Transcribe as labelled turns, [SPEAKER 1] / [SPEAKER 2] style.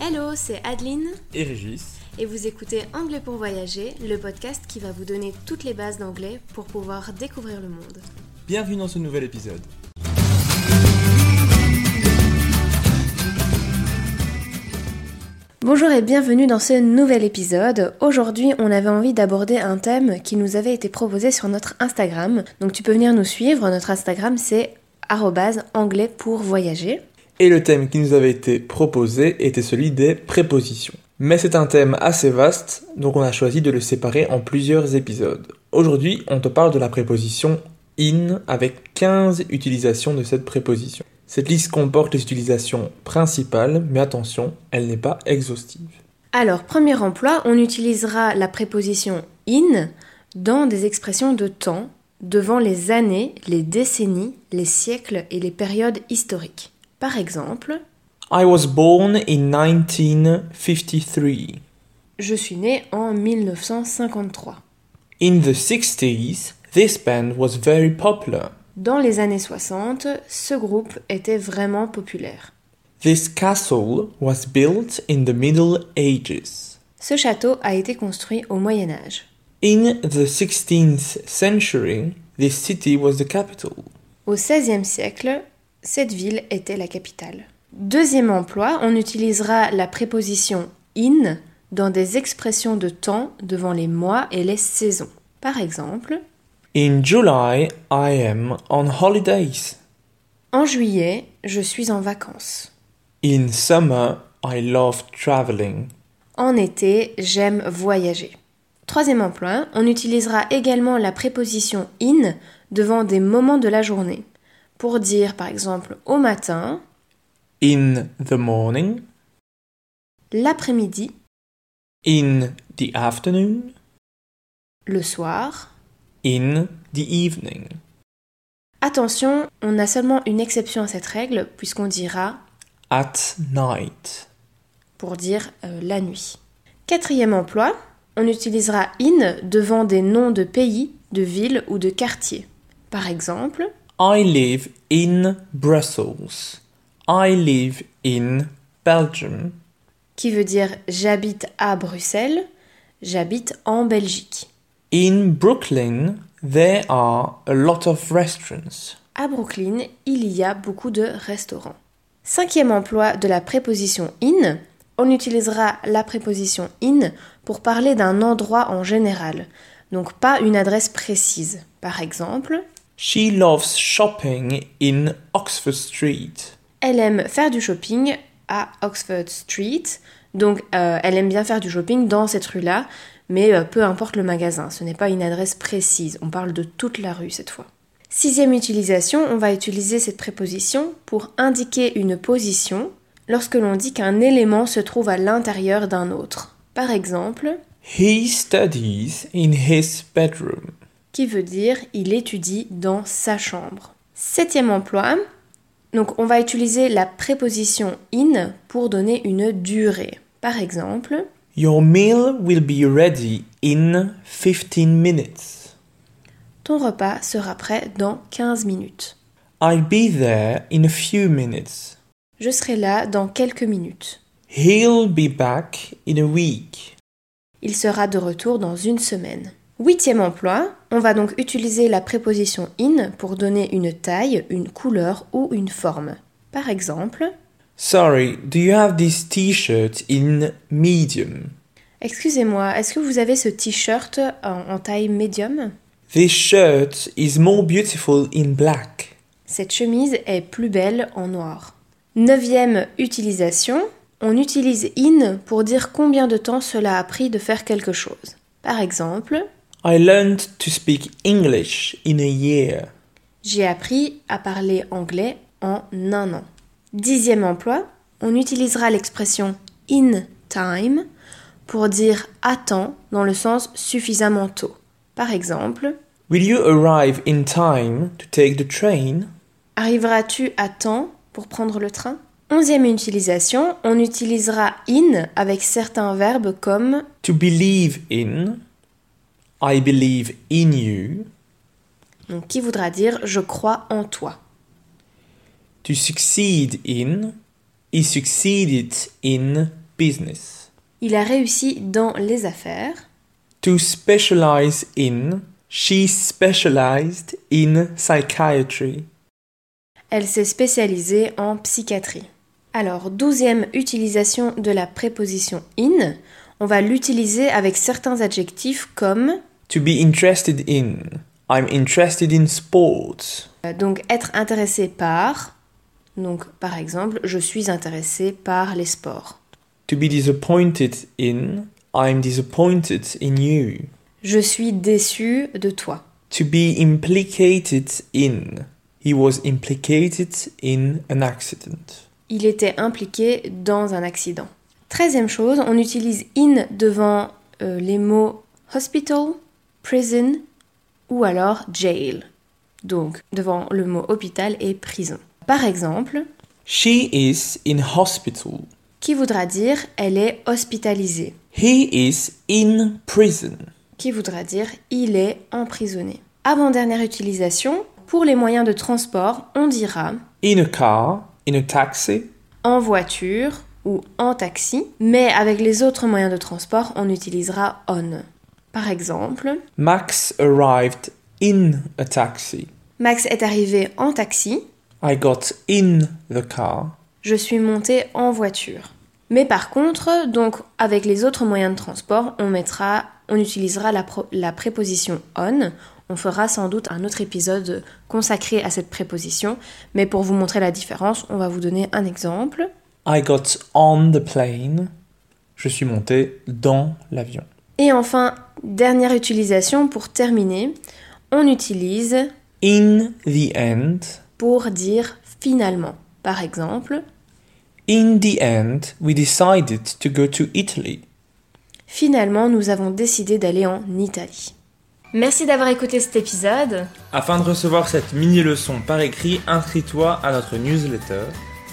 [SPEAKER 1] Hello, c'est Adeline
[SPEAKER 2] et Régis.
[SPEAKER 1] et vous écoutez Anglais pour voyager, le podcast qui va vous donner toutes les bases d'anglais pour pouvoir découvrir le monde.
[SPEAKER 2] Bienvenue dans ce nouvel épisode.
[SPEAKER 1] Bonjour et bienvenue dans ce nouvel épisode. Aujourd'hui, on avait envie d'aborder un thème qui nous avait été proposé sur notre Instagram. Donc tu peux venir nous suivre, notre Instagram c'est arrobase anglais pour voyager.
[SPEAKER 2] Et le thème qui nous avait été proposé était celui des prépositions. Mais c'est un thème assez vaste, donc on a choisi de le séparer en plusieurs épisodes. Aujourd'hui, on te parle de la préposition in avec 15 utilisations de cette préposition. Cette liste comporte les utilisations principales, mais attention, elle n'est pas exhaustive.
[SPEAKER 1] Alors, premier emploi, on utilisera la préposition in dans des expressions de temps devant les années, les décennies, les siècles et les périodes historiques. Par exemple,
[SPEAKER 2] I was born in 1953.
[SPEAKER 1] je suis né en 1953.
[SPEAKER 2] In the 60s, this band was very popular.
[SPEAKER 1] Dans les années 60, ce groupe était vraiment populaire.
[SPEAKER 2] This castle was built in the Middle Ages.
[SPEAKER 1] Ce château a été construit au Moyen Âge.
[SPEAKER 2] In the 16th century, this city was the capital.
[SPEAKER 1] Au XVIe siècle, cette ville était la capitale. Deuxième emploi, on utilisera la préposition in dans des expressions de temps devant les mois et les saisons. Par exemple,
[SPEAKER 2] In July, I am on holidays.
[SPEAKER 1] en juillet, je suis en vacances.
[SPEAKER 2] In summer, I love traveling.
[SPEAKER 1] En été, j'aime voyager. Troisième emploi, on utilisera également la préposition in devant des moments de la journée. Pour dire par exemple au matin,
[SPEAKER 2] In the morning,
[SPEAKER 1] l'après-midi,
[SPEAKER 2] in the afternoon,
[SPEAKER 1] le soir,
[SPEAKER 2] in the evening.
[SPEAKER 1] Attention, on a seulement une exception à cette règle, puisqu'on dira
[SPEAKER 2] At night.
[SPEAKER 1] pour dire euh, la nuit. Quatrième emploi, on utilisera in devant des noms de pays, de villes ou de quartiers. Par exemple,
[SPEAKER 2] I live in Brussels. I live in Belgium.
[SPEAKER 1] qui veut dire j'habite à Bruxelles, j'habite en Belgique.
[SPEAKER 2] In Brooklyn, there are a lot of restaurants.
[SPEAKER 1] À Brooklyn, il y a beaucoup de restaurants. Cinquième emploi de la préposition in, on utilisera la préposition in pour parler d'un endroit en général, donc pas une adresse précise. Par exemple,
[SPEAKER 2] She loves shopping in Oxford Street.
[SPEAKER 1] elle aime faire du shopping à Oxford Street, donc euh, elle aime bien faire du shopping dans cette rue-là, mais euh, peu importe le magasin, ce n'est pas une adresse précise, on parle de toute la rue cette fois. Sixième utilisation, on va utiliser cette préposition pour indiquer une position lorsque l'on dit qu'un élément se trouve à l'intérieur d'un autre. Par exemple,
[SPEAKER 2] He studies in his bedroom.
[SPEAKER 1] qui veut dire il étudie dans sa chambre. Septième emploi, donc on va utiliser la préposition in pour donner une durée. Par exemple,
[SPEAKER 2] Your meal will be ready in 15 minutes.
[SPEAKER 1] ton repas sera prêt dans 15 minutes.
[SPEAKER 2] I'll be there in a few minutes.
[SPEAKER 1] Je serai là dans quelques minutes.
[SPEAKER 2] He'll be back in a week.
[SPEAKER 1] Il sera de retour dans une semaine. Huitième emploi, on va donc utiliser la préposition in pour donner une taille, une couleur ou une forme. Par exemple,
[SPEAKER 2] Sorry, do you have this t-shirt in medium?
[SPEAKER 1] excusez-moi, est-ce que vous avez ce t-shirt en, en taille médium
[SPEAKER 2] This shirt is more beautiful in black.
[SPEAKER 1] Cette chemise est plus belle en noir. Neuvième utilisation, on utilise in pour dire combien de temps cela a pris de faire quelque chose. Par exemple,
[SPEAKER 2] I learned to speak English in a year.
[SPEAKER 1] j'ai appris à parler anglais en un an. Dixième emploi, on utilisera l'expression in time pour dire à temps dans le sens suffisamment tôt. Par exemple,
[SPEAKER 2] Will you arrive in time to take the train?
[SPEAKER 1] Arriveras-tu à temps pour prendre le train Onzième utilisation, on utilisera in avec certains verbes comme
[SPEAKER 2] To believe in. I believe in you.
[SPEAKER 1] donc qui voudra dire je crois en toi.
[SPEAKER 2] To succeed in. He succeeded in business.
[SPEAKER 1] Il a réussi dans les affaires.
[SPEAKER 2] To specialize in. She specialized in psychiatry.
[SPEAKER 1] Elle s'est spécialisée en psychiatrie. Alors, douzième utilisation de la préposition in, on va l'utiliser avec certains adjectifs comme
[SPEAKER 2] To be interested in. I'm interested in sports.
[SPEAKER 1] euh, donc être intéressé par. Donc par exemple, je suis intéressé par les sports.
[SPEAKER 2] To be disappointed in. I'm disappointed in you.
[SPEAKER 1] Je suis déçu de toi.
[SPEAKER 2] To be implicated in. He was implicated in an accident.
[SPEAKER 1] Il était impliqué dans un accident. Treizième chose, on utilise in devant euh, les mots hospital, prison ou alors jail. Donc devant le mot hôpital et prison. Par exemple,
[SPEAKER 2] She is in hospital.
[SPEAKER 1] qui voudra dire elle est hospitalisée,
[SPEAKER 2] He is in prison.
[SPEAKER 1] qui voudra dire il est emprisonné. Avant-dernière utilisation, pour les moyens de transport, on dira
[SPEAKER 2] In a car. In a taxi.
[SPEAKER 1] en voiture ou en taxi, mais avec les autres moyens de transport, on utilisera on. Par exemple,
[SPEAKER 2] Max arrived in a taxi.
[SPEAKER 1] Max est arrivé en taxi,
[SPEAKER 2] I got in the car.
[SPEAKER 1] je suis monté en voiture. Mais par contre, donc avec les autres moyens de transport, on mettra, on utilisera la, pro- la préposition on. On fera sans doute un autre épisode consacré à cette préposition, mais pour vous montrer la différence, on va vous donner un exemple.
[SPEAKER 2] I got on the plane. Je suis monté dans l'avion.
[SPEAKER 1] Et enfin, dernière utilisation pour terminer, on utilise
[SPEAKER 2] In the end.
[SPEAKER 1] pour dire finalement. Par exemple,
[SPEAKER 2] In the end, we decided to go to Italy.
[SPEAKER 1] finalement nous avons décidé d'aller en Italie. Merci d'avoir écouté cet épisode.
[SPEAKER 2] Afin de recevoir cette mini-leçon par écrit, inscris-toi à notre newsletter.